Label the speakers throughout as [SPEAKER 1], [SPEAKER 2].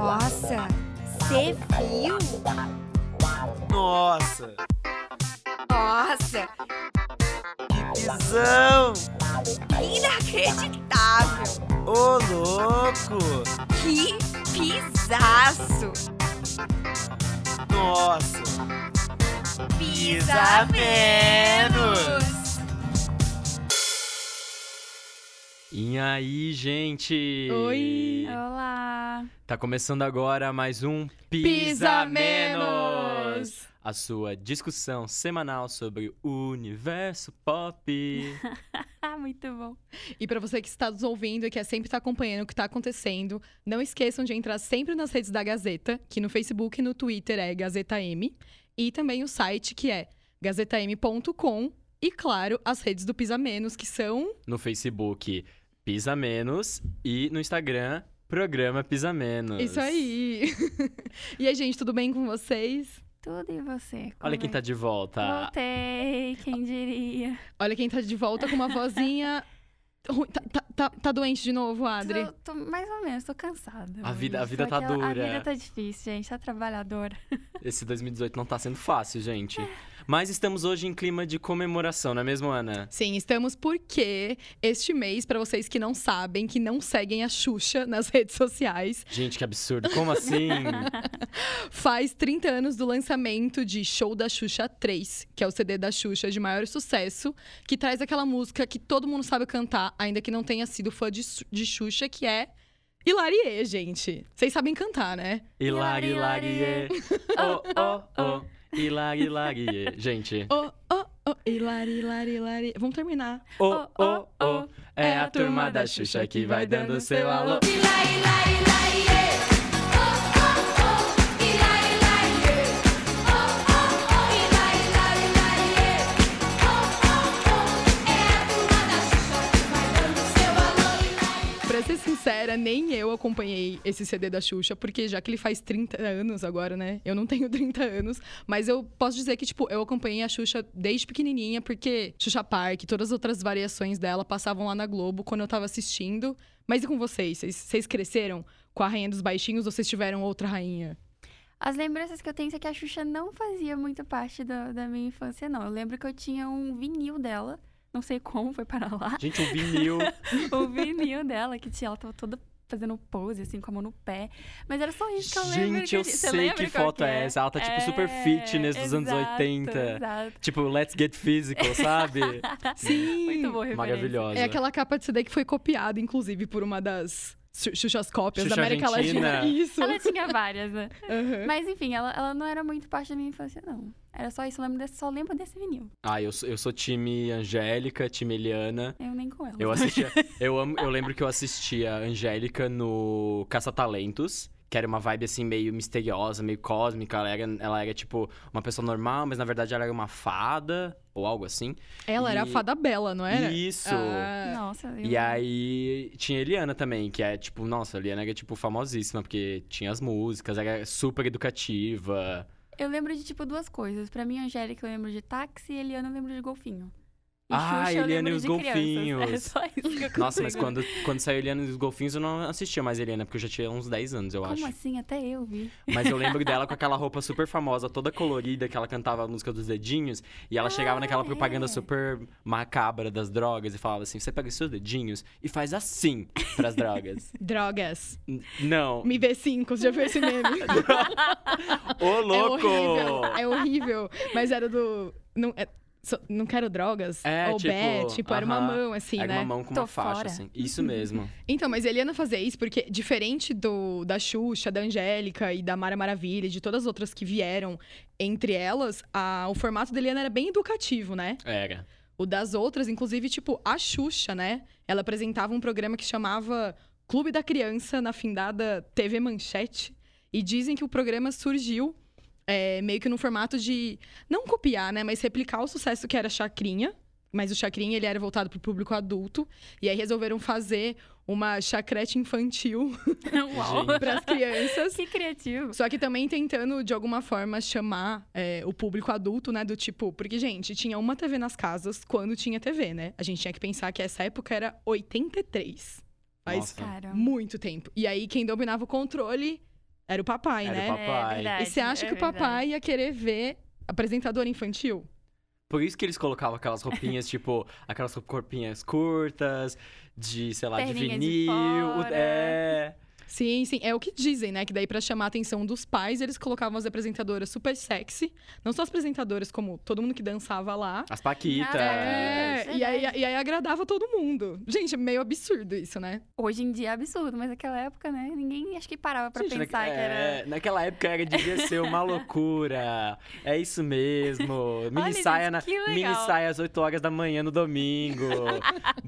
[SPEAKER 1] Nossa, você viu?
[SPEAKER 2] Nossa,
[SPEAKER 1] Nossa,
[SPEAKER 2] que visão!
[SPEAKER 1] inacreditável!
[SPEAKER 2] Ô, louco!
[SPEAKER 1] Que pisaço!
[SPEAKER 2] Nossa,
[SPEAKER 1] Pisa menos!
[SPEAKER 3] E aí, gente?
[SPEAKER 4] Oi!
[SPEAKER 5] Olá!
[SPEAKER 3] Tá começando agora mais um Pisa
[SPEAKER 4] Pisa
[SPEAKER 3] Menos!
[SPEAKER 4] menos!
[SPEAKER 3] A sua discussão semanal sobre o universo pop.
[SPEAKER 5] Ah, muito bom.
[SPEAKER 4] E pra você que está nos ouvindo e quer sempre estar acompanhando o que está acontecendo, não esqueçam de entrar sempre nas redes da Gazeta, que no Facebook e no Twitter é Gazeta M, e também o site que é gazetam.com e claro, as redes do Pisa Menos, que são
[SPEAKER 3] No Facebook, Pisa Menos. E no Instagram, Programa Pisa Menos.
[SPEAKER 4] isso aí. e aí, gente, tudo bem com vocês?
[SPEAKER 5] Tudo e você? Como
[SPEAKER 3] Olha quem
[SPEAKER 5] é?
[SPEAKER 3] tá de volta.
[SPEAKER 5] Voltei, quem diria?
[SPEAKER 4] Olha quem tá de volta com uma vozinha ruim. Tá, tá- tá- tá doente de novo, Adri?
[SPEAKER 5] Tô, tô mais ou menos, tô cansada.
[SPEAKER 3] A vida- a
[SPEAKER 5] hoje,
[SPEAKER 3] vida
[SPEAKER 5] só
[SPEAKER 3] tá
[SPEAKER 5] que ela-
[SPEAKER 3] dura.
[SPEAKER 5] A vida tá difícil, gente, tá trabalhadora.
[SPEAKER 3] Esse 2018 não tá sendo fácil, gente. Mas estamos hoje em clima de comemoração, não é mesmo, Ana?
[SPEAKER 4] Sim, estamos porque este mês, pra vocês que não sabem, que não seguem a Xuxa nas redes sociais,
[SPEAKER 3] Gente, que absurdo. Como assim?
[SPEAKER 4] faz 30 anos do lançamento de Show da Xuxa 3, que é o CD da Xuxa de maior sucesso, que traz aquela música que todo mundo sabe cantar, ainda que não tenha sido fã de, Xu- de Xuxa, que é Hilarie, gente. Vocês sabem cantar, né?
[SPEAKER 3] Hilari,
[SPEAKER 5] Hilari,
[SPEAKER 3] hilarie. Oh, oh, oh. Hilari, hilarie. Gente.
[SPEAKER 4] Oh, oh, oh, Hilari, Hilari, Hilari. Vamos terminar.
[SPEAKER 3] Oh, oh, oh, é a turma da Xuxa que vai dando seu alô.
[SPEAKER 4] Pra ser sincera, nem eu acompanhei esse CD da Xuxa, porque já que ele faz 30 anos agora, né? Eu não tenho 30 anos, mas eu posso dizer que, tipo, eu acompanhei a Xuxa desde pequenininha, porque Xuxa Park e todas as outras variações dela passavam lá na Globo quando eu tava assistindo. Mas e com vocês? Vocês- Vocês cresceram com a Rainha dos Baixinhos ou vocês tiveram outra rainha?
[SPEAKER 5] As lembranças que eu tenho é que a Xuxa não fazia muito parte da, da minha infância, não. Eu lembro que eu tinha um vinil dela, não sei como foi para lá.
[SPEAKER 3] Gente, o vinil.
[SPEAKER 5] o vinil dela, que tinha, ela tava toda fazendo pose, assim, com a mão no pé. Mas era só isso que eu lembro.
[SPEAKER 3] Gente, eu
[SPEAKER 5] tinha. Você
[SPEAKER 3] sei
[SPEAKER 5] lembra
[SPEAKER 3] que
[SPEAKER 5] qual
[SPEAKER 3] foto é
[SPEAKER 5] é
[SPEAKER 3] essa. Ela tá, tipo, super
[SPEAKER 5] É,
[SPEAKER 3] fitness dos anos
[SPEAKER 5] exato,
[SPEAKER 3] 80.
[SPEAKER 5] Exato.
[SPEAKER 3] Tipo, let's get physical, sabe?
[SPEAKER 4] Sim!
[SPEAKER 5] Muito boa referência.
[SPEAKER 3] Maravilhosa.
[SPEAKER 4] É aquela capa de CD que foi copiada, inclusive, por uma das Xu- Xuxas cópias
[SPEAKER 3] Xuxa
[SPEAKER 4] da América Latina.
[SPEAKER 3] Argentina.
[SPEAKER 4] Isso!
[SPEAKER 5] Ela tinha várias, né?
[SPEAKER 4] Aham.
[SPEAKER 5] Mas enfim, ela, ela não era muito parte da minha infância, não. Era só isso, eu lembro desse, só lembro desse vinil.
[SPEAKER 3] Ah, eu sou, eu sou time Angélica, time Eliana.
[SPEAKER 5] Eu nem com ela.
[SPEAKER 3] Eu assistia. eu, amo- eu lembro que eu assistia a Angélica no Caça-Talentos. Que era uma vibe assim, meio misteriosa, meio cósmica. Ela era, ela era tipo uma pessoa normal, mas na verdade ela era uma fada ou algo assim.
[SPEAKER 4] Ela era a
[SPEAKER 3] E-
[SPEAKER 4] fada bela, não era?
[SPEAKER 3] Isso!
[SPEAKER 4] Ah,
[SPEAKER 5] Nossa, eu...
[SPEAKER 3] E aí tinha a Eliana também, que é tipo, nossa, a Eliana era tipo famosíssima, porque tinha as músicas, era super educativa.
[SPEAKER 5] eu lembro de tipo duas coisas. Pra mim, Angélica, eu lembro de táxi e Eliana, eu lembro de golfinho. E
[SPEAKER 3] Ah,
[SPEAKER 5] Xuxa, eu
[SPEAKER 3] Eliana e
[SPEAKER 5] lembro
[SPEAKER 3] os
[SPEAKER 5] de crianças.
[SPEAKER 3] golfinhos.
[SPEAKER 5] É só isso que eu
[SPEAKER 3] Nossa, mas
[SPEAKER 5] consigo.
[SPEAKER 3] quando, quando saiu Eliana e os Golfinhos, eu não assistia mais Eliana, porque eu já tinha uns 10 anos, eu
[SPEAKER 5] Como
[SPEAKER 3] acho.
[SPEAKER 5] assim? Até eu vi.
[SPEAKER 3] Mas eu lembro dela com aquela roupa super famosa, toda colorida, que ela cantava a música dos dedinhos. E ela chegava
[SPEAKER 5] Ah,
[SPEAKER 3] naquela propaganda
[SPEAKER 5] é.
[SPEAKER 3] super macabra das drogas e falava assim: você pega os seus dedinhos e faz assim pras drogas.
[SPEAKER 4] Drogas.
[SPEAKER 3] N- Não.
[SPEAKER 4] Me vê cinco, você já viu esse meme?
[SPEAKER 3] Ô,
[SPEAKER 4] É horrível,
[SPEAKER 5] Assim,
[SPEAKER 3] louco!
[SPEAKER 4] é horrível. Mas era do... Não, é- so- não quero drogas?
[SPEAKER 3] É,
[SPEAKER 4] Ou
[SPEAKER 3] tipo,
[SPEAKER 4] bé, tipo, era uma
[SPEAKER 3] aham.
[SPEAKER 4] mão, assim,
[SPEAKER 3] Era
[SPEAKER 4] né?
[SPEAKER 3] uma mão com
[SPEAKER 5] Tô
[SPEAKER 3] uma faixa,
[SPEAKER 5] fora. Uhum.
[SPEAKER 3] assim. Isso mesmo.
[SPEAKER 4] Então, mas a Eliana fazia isso porque, diferente do da Xuxa, da Angélica e da Mara Maravilha, e de todas as outras que vieram entre elas, a- o formato da Eliana era bem educativo, né?
[SPEAKER 3] Era.
[SPEAKER 4] O das outras, inclusive, tipo, a Xuxa, né? Ela apresentava um programa que chamava Clube da Criança na findada TV Manchete. E dizem que o programa surgiu é, meio que no formato de não copiar, né? Mas replicar o sucesso que era Chacrinha. Mas o Chacrinha, ele era voltado pro público adulto. E aí resolveram fazer uma chacrete infantil
[SPEAKER 5] Uau.
[SPEAKER 3] Gente.
[SPEAKER 4] para as crianças.
[SPEAKER 5] que criativo.
[SPEAKER 4] Só que também tentando, de alguma forma, chamar é, o público adulto, né? Do tipo, porque, gente, tinha uma TV nas casas quando tinha TV, né? A gente tinha que pensar que essa época era 83. Faz
[SPEAKER 3] Nossa.
[SPEAKER 5] Cara.
[SPEAKER 4] muito tempo. E aí quem dominava o controle era o papai,
[SPEAKER 3] Era o
[SPEAKER 4] né?
[SPEAKER 3] papai.
[SPEAKER 5] É
[SPEAKER 4] E você acha que o papai ia querer ver apresentadora infantil?
[SPEAKER 3] Por isso que eles colocavam aquelas roupinhas, tipo, aquelas roupinhas curtas, de, sei lá, de
[SPEAKER 5] Perninha de
[SPEAKER 3] vinil.
[SPEAKER 5] fora.
[SPEAKER 3] é.
[SPEAKER 4] Sim, sim. É o que dizem, né? Que daí, pra chamar a atenção dos pais, eles colocavam as apresentadoras super sexy. Não só as apresentadoras, como todo mundo que dançava lá.
[SPEAKER 3] As Paquitas.
[SPEAKER 5] Ah,
[SPEAKER 4] É,
[SPEAKER 5] é
[SPEAKER 4] e, aí, e aí agradava todo mundo. Gente, é meio absurdo isso, né?
[SPEAKER 5] Hoje em dia é absurdo, mas naquela época, né? Ninguém acho que parava pra
[SPEAKER 3] Gente,
[SPEAKER 5] pensar
[SPEAKER 3] naque-
[SPEAKER 5] que era.
[SPEAKER 3] é, Naquela época era, devia ser uma loucura. É isso mesmo. Mini
[SPEAKER 5] Olha, gente,
[SPEAKER 3] saia na,
[SPEAKER 5] que legal.
[SPEAKER 3] mini saia às 8 horas da manhã no domingo.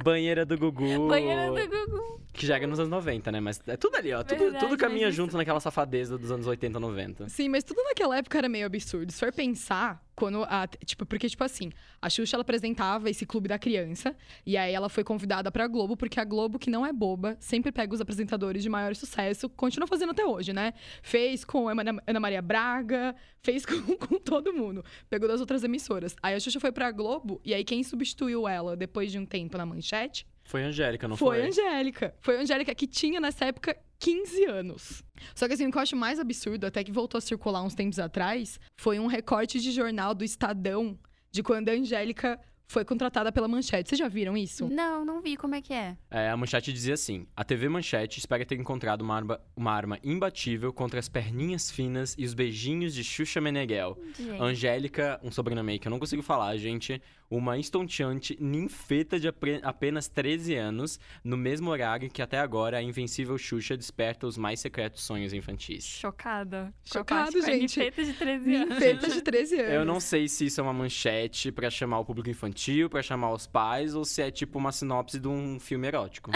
[SPEAKER 3] banheira do Gugu.
[SPEAKER 5] Banheira do Gugu.
[SPEAKER 3] Que já era nos anos 90, né? Mas é tudo ali, ó. Tudo,
[SPEAKER 5] Verdade,
[SPEAKER 3] tudo caminha
[SPEAKER 5] mas
[SPEAKER 3] junto naquela safadeza dos anos 80, 90.
[SPEAKER 4] Sim, mas tudo naquela época era meio absurdo. Se for pensar, quando a, tipo, porque tipo assim, a Xuxa ela apresentava esse clube da criança e aí ela foi convidada pra Globo porque a Globo que não é boba, sempre pega os apresentadores de maior sucesso, continua fazendo até hoje, né? Fez com a Ana Ana Maria Braga, fez com, com todo mundo, pegou das outras emissoras. Aí a Xuxa foi pra Globo e aí quem substituiu ela depois de um tempo na manchete
[SPEAKER 3] Foi a Angélica, não
[SPEAKER 4] foi
[SPEAKER 3] foi?
[SPEAKER 4] a Angélica. Foi a Angélica que tinha nessa época 15 anos. Só que assim, o que eu acho mais absurdo, até que voltou a circular uns tempos atrás, foi um recorte de jornal do Estadão de quando a Angélica foi contratada pela Manchete. Vocês já viram isso?
[SPEAKER 5] Não, não vi como é que é.
[SPEAKER 3] É, a manchete dizia assim: A TV Manchete espera ter encontrado uma arma, uma arma imbatível contra as perninhas finas e os beijinhos de Xuxa Meneghel.
[SPEAKER 5] Gente.
[SPEAKER 3] Angélica, um sobrenome aí que eu não consigo falar, gente. Uma estonteante ninfeta de apre- apenas 13 anos, no mesmo horário em que até agora a invencível Xuxa desperta os mais secretos sonhos infantis.
[SPEAKER 5] Chocada.
[SPEAKER 4] Chocado,
[SPEAKER 5] Chocada, tipo,
[SPEAKER 4] gente.
[SPEAKER 5] Feita de 13 anos.
[SPEAKER 4] Ninfeta de 13 anos.
[SPEAKER 3] Eu não sei se isso é uma manchete pra chamar o público infantil, pra chamar os pais, ou se é tipo uma sinopse de um filme erótico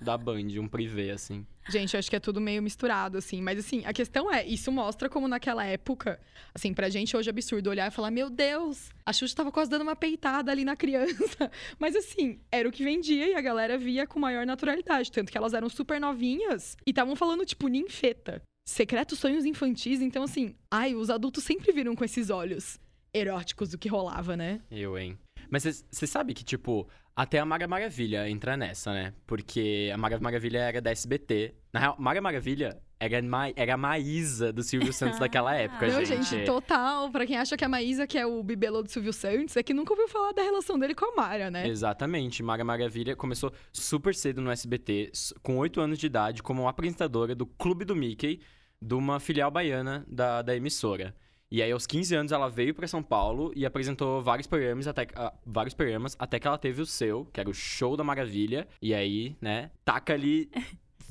[SPEAKER 3] da Band, um privê, assim.
[SPEAKER 4] Gente, eu acho que é tudo meio misturado, assim. Mas, assim, a questão é, isso mostra como naquela época, assim, pra gente hoje é absurdo olhar e falar, meu Deus, a Xuxa tava quase dando uma peitada ali na criança. Mas, assim, era o que vendia e a galera via com maior naturalidade. Tanto que elas eram super novinhas e estavam falando, tipo, ninfeta. Secretos sonhos infantis. Então, assim, ai, os adultos sempre viram com esses olhos eróticos o que rolava, né?
[SPEAKER 3] Eu, hein? Mas você sabe que, tipo, até a Mara Maravilha entra nessa, né? Porque a Mara Maravilha era da SBT. Na real, Mara Maravilha era, ma era a Maísa do Silvio Santos daquela época,
[SPEAKER 4] Não,
[SPEAKER 3] gente.
[SPEAKER 4] gente, total. Pra quem acha que a Maísa, que é o bibelô do Silvio Santos, é que nunca ouviu falar da relação dele com a Mara, né?
[SPEAKER 3] Exatamente. Mara Maravilha começou super cedo no SBT, s- com 8 anos de idade, como apresentadora do Clube do Mickey, de uma filial baiana da, da emissora. E aí, aos 15 anos, ela veio para São Paulo e apresentou vários programas, até, que- ah, vários programas, até que ela teve o seu, que era o Show da Maravilha. E aí, né, taca ali
[SPEAKER 4] É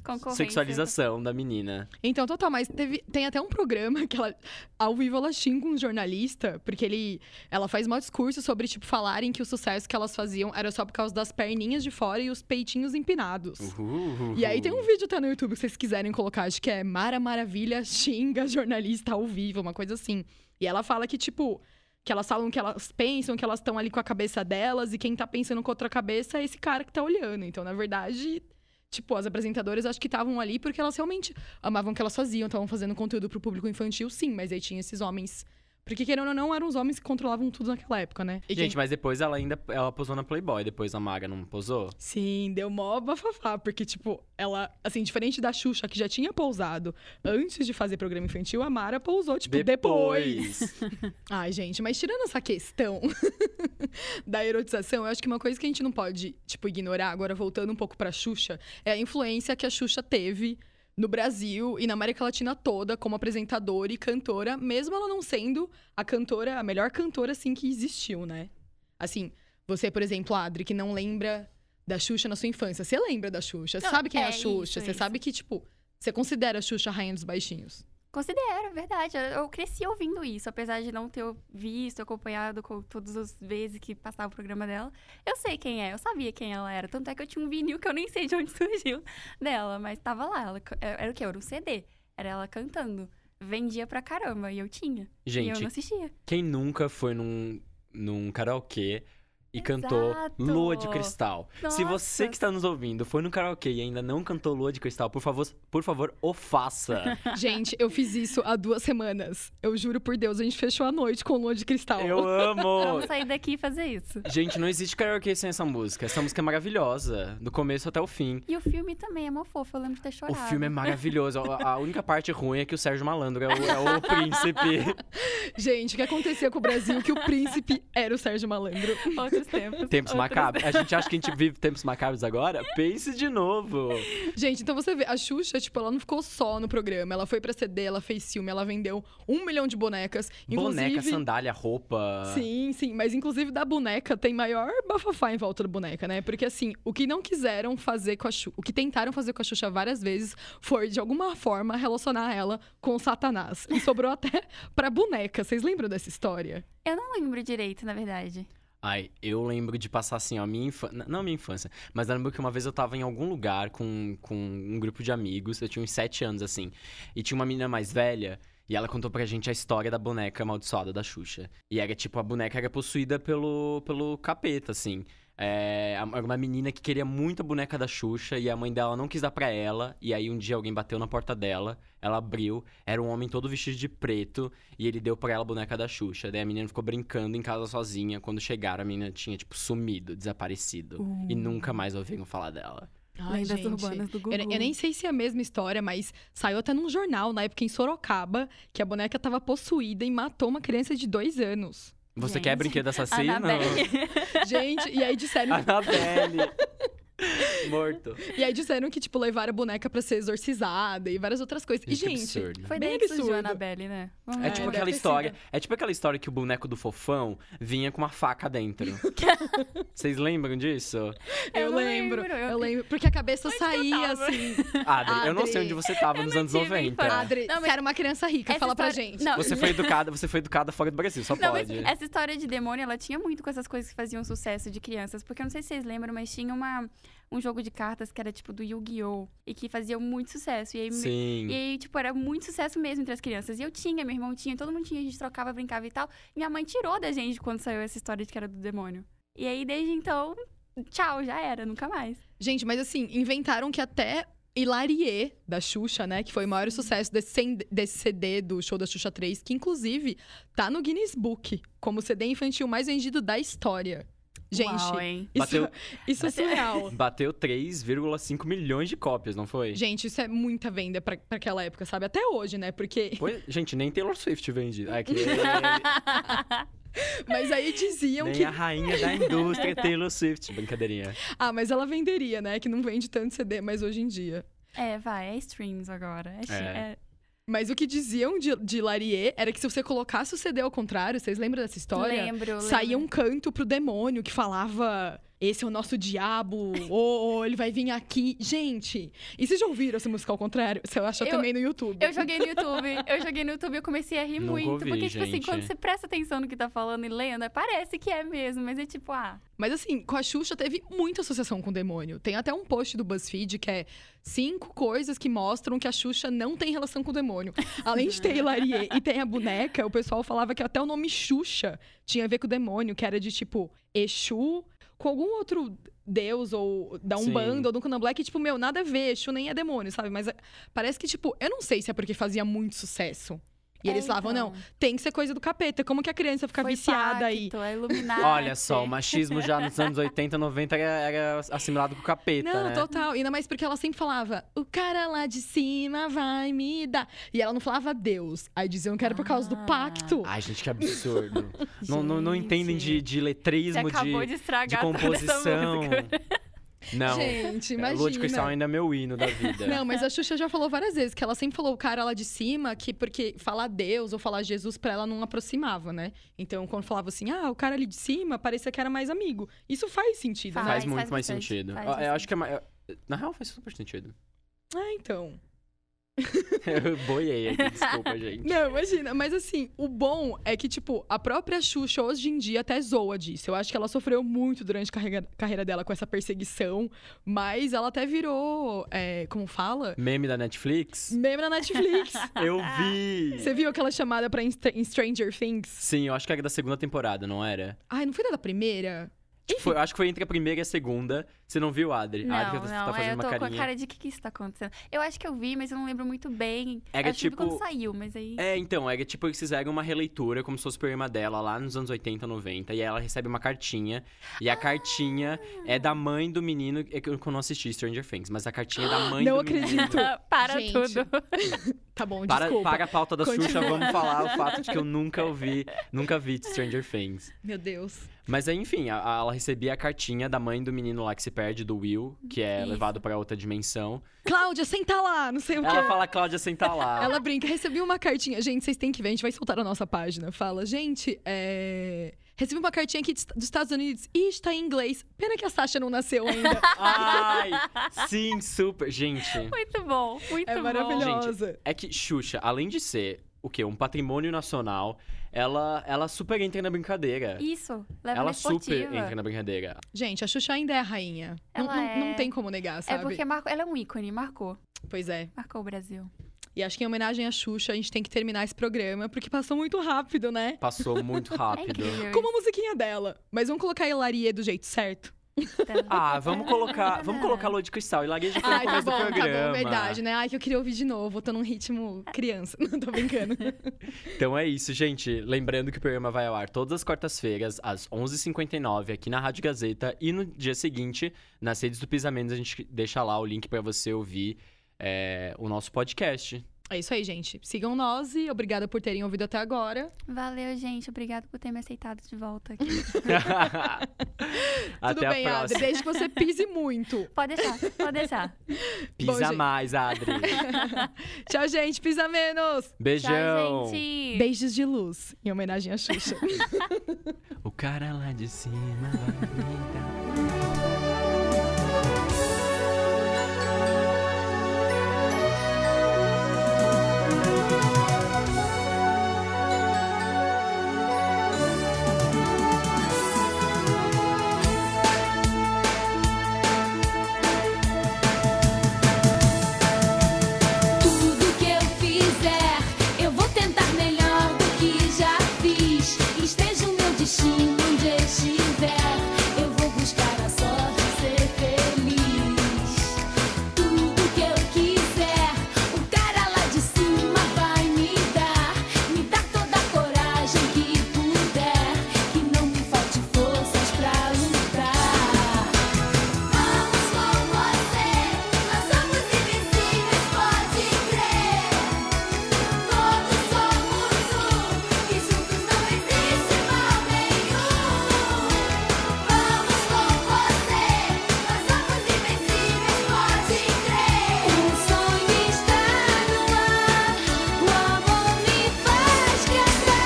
[SPEAKER 5] Concorrência.
[SPEAKER 3] sexualização da menina.
[SPEAKER 4] Então, total, mas teve- tem até um programa que ela. Ao vivo ela xinga um jornalista, porque ele, ela faz maior discurso sobre, tipo, falarem que o sucesso que elas faziam era só por causa das perninhas de fora e os peitinhos empinados.
[SPEAKER 3] Uhum. Uhul.
[SPEAKER 4] E aí tem um vídeo até no YouTube que vocês quiserem colocar, acho que é Mara Maravilha xinga jornalista ao vivo, uma coisa assim. E ela fala que, tipo, que elas falam o que elas pensam, que elas estão ali com a cabeça delas, e quem tá pensando com outra cabeça é esse cara que tá olhando. Então, na verdade, tipo, as apresentadoras acho que estavam ali porque elas realmente amavam o que elas faziam, estavam fazendo conteúdo pro público infantil, sim, mas aí tinha esses homens. Porque, querendo ou não, eram os homens que controlavam tudo naquela época, né? E quem-
[SPEAKER 3] Gente, mas depois ela ainda ela posou na Playboy, depois a Mara não posou?
[SPEAKER 4] Sim, deu mó bafafá, porque, tipo, ela, assim, diferente da Xuxa, que já tinha pousado antes de fazer programa infantil, a Mara pousou, tipo, depois. Ai, gente, mas tirando essa questão da erotização, eu acho que uma coisa que a gente não pode, tipo, ignorar, agora voltando um pouco pra Xuxa, é a influência que a Xuxa teve no Brasil e na América Latina toda como apresentadora e cantora, mesmo ela não sendo a cantora, a melhor cantora, assim, que existiu, né? Assim, você, por exemplo, Adri, que não lembra da Xuxa na sua infância, você lembra da Xuxa, você
[SPEAKER 5] Não,
[SPEAKER 4] sabe quem é, a
[SPEAKER 5] é
[SPEAKER 4] Xuxa,
[SPEAKER 5] isso,
[SPEAKER 4] você
[SPEAKER 5] isso.
[SPEAKER 4] sabe que, tipo, você considera a Xuxa a rainha dos baixinhos.
[SPEAKER 5] Considero, é verdade. Eu- Eu cresci ouvindo isso, apesar de não ter visto, acompanhado com todas as vezes que passava o programa dela. Eu sei quem é, eu sabia quem ela era. Tanto é que eu tinha um vinil que eu nem sei de onde surgiu dela, mas tava lá. Ela, ca- era era o quê? Era um CD. Era ela cantando. Vendia pra caramba, e eu tinha. e eu
[SPEAKER 3] Gente,
[SPEAKER 5] não assistia.
[SPEAKER 3] quem nunca foi num, num karaokê e cantou
[SPEAKER 5] Exato.
[SPEAKER 3] Lua de Cristal. Se você
[SPEAKER 5] Nossa.
[SPEAKER 3] que está nos ouvindo foi no karaokê e ainda não cantou Lua de Cristal, por favor, por favor, o faça.
[SPEAKER 4] Gente, eu fiz isso há duas semanas. Eu juro por Deus, a gente fechou a noite com lua de cristal.
[SPEAKER 3] Eu
[SPEAKER 5] Vamos
[SPEAKER 3] amo!
[SPEAKER 5] sair daqui e fazer isso.
[SPEAKER 3] Gente, não existe karaokê sem essa música. Essa música é maravilhosa, do começo até o fim.
[SPEAKER 5] E o filme também é mó fofo, eu lembro de ter
[SPEAKER 3] O
[SPEAKER 5] chorado.
[SPEAKER 3] filme é maravilhoso. A a única parte ruim é que o Sérgio Malandro é o, é o príncipe.
[SPEAKER 4] Gente, o que acontecia com o Brasil? Que o príncipe era o Sérgio Malandro.
[SPEAKER 5] Outros tempos.
[SPEAKER 3] Tempos
[SPEAKER 5] outros
[SPEAKER 3] macabros. A gente acha que a gente vive tempos macabros agora? Pense de novo.
[SPEAKER 4] Gente, então você vê, a Xuxa, tipo, ela não ficou só no programa. Ela foi pra CD, ela fez filme, ela vendeu um milhão de bonecas.
[SPEAKER 3] Boneca,
[SPEAKER 4] Inclusive,
[SPEAKER 3] sandália, roupa.
[SPEAKER 4] Sim, sim, mas inclusive da boneca tem maior bafafá em volta da boneca, né? Porque assim, o que não quiseram fazer com a Xuxa, o que tentaram fazer com a Xuxa várias vezes foi de alguma forma relacionar ela com o Satanás. E sobrou até pra boneca. Vocês lembram dessa história?
[SPEAKER 5] Eu não lembro direito, na verdade.
[SPEAKER 3] Ai, eu lembro de passar assim, ó, minha infância. Não minha infância, mas eu lembro que uma vez eu tava em algum lugar com, com um grupo de amigos, eu tinha uns sete anos assim, e tinha uma menina mais velha. E ela contou pra gente a história da boneca amaldiçoada da Xuxa. E era tipo, a boneca era possuída pelo, pelo capeta, assim. É, a- era uma menina que queria muito a boneca da Xuxa e a mãe dela não quis dar pra ela. E aí um dia alguém bateu na porta dela, ela abriu, era um homem todo vestido de preto. E ele deu pra ela a boneca da Xuxa. Daí a menina ficou brincando em casa sozinha. Quando chegaram, a menina tinha, tipo, sumido, desaparecido.
[SPEAKER 5] Hum.
[SPEAKER 3] E nunca mais ouviram falar dela.
[SPEAKER 5] Lendas urbanas do Google.
[SPEAKER 4] Eu, eu nem sei se é a mesma história, mas saiu até num jornal na época em Sorocaba que a boneca tava possuída e matou uma criança de dois anos.
[SPEAKER 3] Você
[SPEAKER 5] Gente,
[SPEAKER 3] quer brinquedo assassino?
[SPEAKER 5] Annabelle.
[SPEAKER 4] Gente, e aí disseram
[SPEAKER 3] Anabelle. Morto.
[SPEAKER 4] E aí disseram que, tipo, levaram a boneca pra ser exorcizada e várias outras coisas. E,
[SPEAKER 3] Isso é
[SPEAKER 4] gente,
[SPEAKER 3] absurdo.
[SPEAKER 5] Foi
[SPEAKER 4] Bem
[SPEAKER 5] daí que surgiu
[SPEAKER 4] absurdo.
[SPEAKER 5] a Annabelle, né? Vamos
[SPEAKER 3] É
[SPEAKER 5] lá.
[SPEAKER 3] tipo
[SPEAKER 4] deve
[SPEAKER 3] aquela
[SPEAKER 4] ter
[SPEAKER 3] história. É tipo aquela história que o boneco do fofão vinha com uma faca dentro. Vocês lembram disso?
[SPEAKER 4] eu,
[SPEAKER 5] Eu não
[SPEAKER 4] lembro,
[SPEAKER 5] lembro,
[SPEAKER 4] eu...
[SPEAKER 5] eu-
[SPEAKER 4] lembro. Porque a cabeça saía,
[SPEAKER 5] tava?
[SPEAKER 4] assim.
[SPEAKER 3] Adri, eu não sei
[SPEAKER 4] Adri.
[SPEAKER 3] onde você tava nos
[SPEAKER 5] não
[SPEAKER 3] anos
[SPEAKER 5] tive
[SPEAKER 3] 90.
[SPEAKER 5] infância.
[SPEAKER 4] Adri,
[SPEAKER 5] Não,
[SPEAKER 4] você
[SPEAKER 5] mas
[SPEAKER 4] era uma criança rica,
[SPEAKER 5] Essa
[SPEAKER 4] fala pra
[SPEAKER 5] história-
[SPEAKER 4] gente.
[SPEAKER 5] Não,
[SPEAKER 3] Você foi educada, você foi educada fora do Brasil, só
[SPEAKER 5] Não, mas é,
[SPEAKER 3] pode.
[SPEAKER 5] essa história de demônio, ela tinha muito com essas coisas que faziam sucesso de crianças. Porque eu não sei se vocês lembram, mas tinha uma, um jogo de cartas que era tipo do Yu-Gi-Oh! E que fazia muito sucesso. E aí,
[SPEAKER 3] Sim.
[SPEAKER 5] e aí, tipo, era muito sucesso mesmo entre as crianças. E eu tinha, meu irmão tinha, todo mundo tinha, a gente trocava, brincava e tal. Minha mãe tirou da gente quando saiu essa história de que era do demônio. E aí, desde então, tchau, já era, nunca mais.
[SPEAKER 4] Gente, mas assim, inventaram que até Hilarie, da Xuxa, né? Que foi o maior sucesso desse, cen- desse CD do show da Xuxa 3, que inclusive tá no Guinness Book como CD infantil mais vendido da história. Gente,
[SPEAKER 5] Uau, hein?
[SPEAKER 4] isso,
[SPEAKER 3] Bateu-
[SPEAKER 4] isso é surreal.
[SPEAKER 3] Bateu 3,5 milhões de cópias, não foi?
[SPEAKER 4] Gente, isso é muita venda pra, pra aquela época, sabe? Até hoje, né? Porque.
[SPEAKER 3] Pois- gente, nem Taylor Swift vende. Ai, que-
[SPEAKER 4] Mas aí diziam
[SPEAKER 3] nem
[SPEAKER 4] que.
[SPEAKER 3] a rainha da indústria é Taylor Swift. Brincadeirinha.
[SPEAKER 4] Ah, mas ela venderia, né? Que não vende tanto CD mais hoje em dia.
[SPEAKER 5] É, vai, é streams agora. É, chi-
[SPEAKER 3] É.
[SPEAKER 5] é.
[SPEAKER 4] Mas o que diziam de, de Larie era que se você colocasse o CD ao contrário, vocês lembram dessa história?
[SPEAKER 5] lembro,
[SPEAKER 4] Saía
[SPEAKER 5] lembro.
[SPEAKER 4] um canto pro demônio que falava: Esse é o nosso diabo, ou ele vai vir aqui. Gente, e vocês já ouviram essa música ao contrário? Você acha
[SPEAKER 5] Eu-
[SPEAKER 4] também no YouTube?
[SPEAKER 5] Eu joguei no YouTube, eu joguei no YouTube e eu comecei a rir
[SPEAKER 3] Nunca
[SPEAKER 5] muito.
[SPEAKER 3] ouvi,
[SPEAKER 5] porque, tipo assim,
[SPEAKER 3] gente.
[SPEAKER 5] quando você presta atenção no que tá falando e lendo, parece que é mesmo, mas é tipo, ah,
[SPEAKER 4] Mas assim, com a Xuxa teve muita associação com o demônio. Tem até um post do BuzzFeed que é cinco coisas que mostram que a Xuxa não tem relação com o demônio. Além de ter Hilarie e tem a boneca, o pessoal falava que até o nome Xuxa tinha a ver com o demônio, que era de tipo Exu com algum outro deus ou da
[SPEAKER 3] Sim.
[SPEAKER 4] Umbanda ou do Candomblé que tipo, meu, nada a ver, Exu nem é demônio, sabe? Mas é- parece que tipo, eu não sei se é porque fazia muito sucesso. E
[SPEAKER 5] É,
[SPEAKER 4] eles falavam,
[SPEAKER 5] então.
[SPEAKER 4] não, tem que ser coisa do capeta. Como que a criança fica
[SPEAKER 5] foi
[SPEAKER 4] viciada aí?
[SPEAKER 5] pacto, é iluminado.
[SPEAKER 3] Olha só, o machismo já nos anos 80, 90 era, era assimilado com o capeta,
[SPEAKER 4] Não,
[SPEAKER 3] né?
[SPEAKER 4] total. Ainda mais porque ela sempre falava, o cara lá de cima vai me dar. E ela não falava Deus. Aí diziam que era por causa do
[SPEAKER 5] Ah.
[SPEAKER 4] pacto.
[SPEAKER 3] Ai, gente, que absurdo. não, não, não entendem de, de
[SPEAKER 5] Você
[SPEAKER 3] letrismo, de,
[SPEAKER 5] acabou de
[SPEAKER 3] de
[SPEAKER 5] estragar toda essa
[SPEAKER 3] composição.
[SPEAKER 5] música.
[SPEAKER 3] Não.
[SPEAKER 4] Gente,
[SPEAKER 3] É, Lua de Cristal
[SPEAKER 4] imagina.
[SPEAKER 3] ainda é meu hino da vida.
[SPEAKER 4] Não, mas a Xuxa já falou várias vezes que ela sempre falou o cara lá de cima que porque falar Deus ou falar Jesus pra ela não aproximava, né? Então, quando falava assim, ah, o cara ali de cima parecia que era mais amigo. Isso faz sentido,
[SPEAKER 5] Faz.
[SPEAKER 4] né?
[SPEAKER 3] faz muito mais
[SPEAKER 5] bastante,
[SPEAKER 3] sentido.
[SPEAKER 5] faz
[SPEAKER 3] Eu- eu,
[SPEAKER 5] bastante.
[SPEAKER 3] acho que é mais... Na real, faz super sentido.
[SPEAKER 4] Ah, então.
[SPEAKER 3] Eu boiei aqui, desculpa, gente.
[SPEAKER 4] Não, imagina. Mas assim, o bom é que, tipo, a própria Xuxa hoje em dia até zoa disso. Eu acho que ela sofreu muito durante a carrega- carreira dela com essa perseguição, mas ela até virou, é, como fala?
[SPEAKER 3] Meme da Netflix?
[SPEAKER 4] Meme na Netflix.
[SPEAKER 3] Eu vi!
[SPEAKER 4] Você viu aquela chamada pra em Str- em Stranger Things?
[SPEAKER 3] Sim, eu acho que era da segunda temporada, não era?
[SPEAKER 4] Ai, não foi da primeira?
[SPEAKER 3] Tipo, foi- eu acho que foi entre a primeira e a segunda. Você não viu, Adri?
[SPEAKER 5] Não,
[SPEAKER 3] a Adri tá, tá
[SPEAKER 5] não, é,
[SPEAKER 3] fazendo
[SPEAKER 5] eu
[SPEAKER 3] uma
[SPEAKER 5] tô com a
[SPEAKER 3] carinha.
[SPEAKER 5] cara de que que isso tá acontecendo. Eu acho que eu vi, mas eu não lembro muito bem. É,
[SPEAKER 3] Era
[SPEAKER 5] eu acho que eu vi
[SPEAKER 3] tipo-
[SPEAKER 5] quando saiu, mas aí...
[SPEAKER 3] É, então, é que, tipo, eles fizeram uma releitura como se fosse o poema dela lá nos anos 80, 90. E aí ela recebe uma cartinha. E a cartinha é da mãe do menino. É que eu não assisti Stranger Things, mas a cartinha é da mãe
[SPEAKER 4] Não
[SPEAKER 3] do menino.
[SPEAKER 4] acredito.
[SPEAKER 5] Para
[SPEAKER 4] Gente,
[SPEAKER 5] tudo.
[SPEAKER 4] Tá bom,
[SPEAKER 3] Para,
[SPEAKER 4] desculpa.
[SPEAKER 3] para a pauta da
[SPEAKER 4] Continua.
[SPEAKER 3] Xuxa, vamos falar o fato de que eu nunca ouvi, nunca vi Stranger Things.
[SPEAKER 4] Meu Deus.
[SPEAKER 3] Mas aí, enfim, a- a- ela recebia a cartinha da mãe do menino lá que se perde, do Will, que é
[SPEAKER 5] Isso.
[SPEAKER 3] levado pra outra dimensão.
[SPEAKER 4] Cláudia, senta lá, não sei o quê.
[SPEAKER 3] Ela fala, Cláudia, senta lá.
[SPEAKER 4] Ela brinca, recebi uma cartinha. Gente, vocês têm que ver, a gente vai soltar a nossa página. Fala, gente, é... recebi uma cartinha aqui de- dos Estados Unidos e está em inglês. Pena que a Sasha não nasceu ainda.
[SPEAKER 3] Ai, sim, super. Gente,
[SPEAKER 5] Muito bom, muito
[SPEAKER 4] é
[SPEAKER 5] bom.
[SPEAKER 4] maravilhosa.
[SPEAKER 3] é que Xuxa, além de ser o quê? Um patrimônio nacional, ela, ela super entra na brincadeira.
[SPEAKER 5] Isso, leva
[SPEAKER 4] é
[SPEAKER 3] ela
[SPEAKER 5] na
[SPEAKER 3] super
[SPEAKER 5] esportiva.
[SPEAKER 3] entra na brincadeira.
[SPEAKER 4] Gente, a Xuxa ainda é a rainha. Não,
[SPEAKER 5] Ela
[SPEAKER 4] não-
[SPEAKER 5] é.
[SPEAKER 4] não tem como negar,
[SPEAKER 5] É
[SPEAKER 4] sabe?
[SPEAKER 5] porque marcou, ela é um ícone, marcou.
[SPEAKER 4] Pois é.
[SPEAKER 5] Marcou o Brasil.
[SPEAKER 4] E acho que em homenagem à Xuxa, a gente tem que terminar esse programa, porque passou muito rápido, né?
[SPEAKER 3] Passou muito
[SPEAKER 5] É
[SPEAKER 3] rápido.
[SPEAKER 5] incrível.
[SPEAKER 4] Com uma musiquinha dela. Mas vamos colocar a Hilarie do jeito certo?
[SPEAKER 5] isso, tá?
[SPEAKER 3] ah, vamos colocar, vamos colocar Lua de Cristal. E Lagueja foi no
[SPEAKER 4] Ai, tá
[SPEAKER 3] começo
[SPEAKER 4] bom,
[SPEAKER 3] do
[SPEAKER 4] tá
[SPEAKER 3] programa.
[SPEAKER 4] bom, verdade, né? Ai, que eu queria ouvir de novo. Eu tô num ritmo criança. Não tô brincando.
[SPEAKER 3] Então é isso, gente. Lembrando que o programa vai ao ar todas as quartas-feiras, às 11h59, aqui na Rádio Gazeta. E no dia seguinte, nas redes do Pisamentos, a gente deixa lá o link pra você ouvir é, o nosso podcast.
[SPEAKER 4] É isso aí, gente. Sigam nós e obrigada por terem ouvido até agora.
[SPEAKER 5] Valeu, gente. Obrigado por ter me aceitado de volta aqui.
[SPEAKER 3] Até
[SPEAKER 4] Tudo
[SPEAKER 3] a
[SPEAKER 4] bem, Adri,
[SPEAKER 3] próxima.
[SPEAKER 4] desde que você pise muito.
[SPEAKER 5] Pode deixar, pode deixar.
[SPEAKER 4] Bom,
[SPEAKER 3] Pisa
[SPEAKER 4] gente.
[SPEAKER 3] mais, Adri.
[SPEAKER 4] Tchau, gente. Pisa menos.
[SPEAKER 3] Beijão.
[SPEAKER 5] Tchau, gente.
[SPEAKER 4] Beijos de luz, em homenagem à Xuxa.
[SPEAKER 3] O cara lá de cima vai me dar.
[SPEAKER 6] Tudo que eu fizer, eu vou tentar melhor do que já fiz. Esteja o meu destino onde estiver, eu vou buscar a sorte e ser feliz. Tudo que eu quiser, o cara lá de cima vai me dar. Me dar toda a coragem que puder, que não me falte forças pra lutar. Vamos com você, nós somos invisíveis, pode crer. Todos somos um, e juntos não existe mal nenhum. Vamos com você, nós somos invisíveis, pode crer. O Um sonho está no ar, o amor me faz cantar.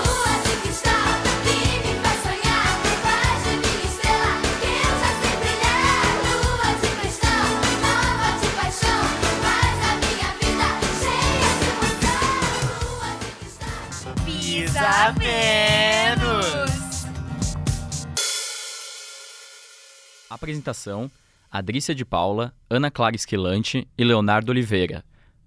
[SPEAKER 6] Lua de cristal que me faz sonhar, me faz de minha estrela que eu já sei brilhar. Lua de cristal, nova de paixão, faz a minha vida cheia de emoção. Lua de cristal.
[SPEAKER 1] Pisa menos.
[SPEAKER 7] Apresentação: Adrícia de Paula, Ana Clara Esquilante e Leonardo Oliveira.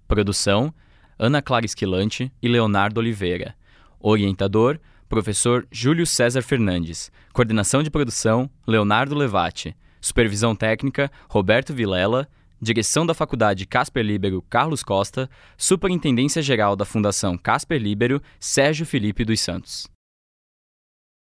[SPEAKER 7] Produção: Ana Clara Esquilante e Leonardo Oliveira. Orientador: Professor Júlio César Fernandes. Coordenação de produção: Leonardo Levati. Supervisão técnica: Roberto Vilela. Direção da Faculdade Casper Líbero, Carlos Costa. Superintendência Geral da Fundação Casper Líbero, Sérgio Felipe dos Santos.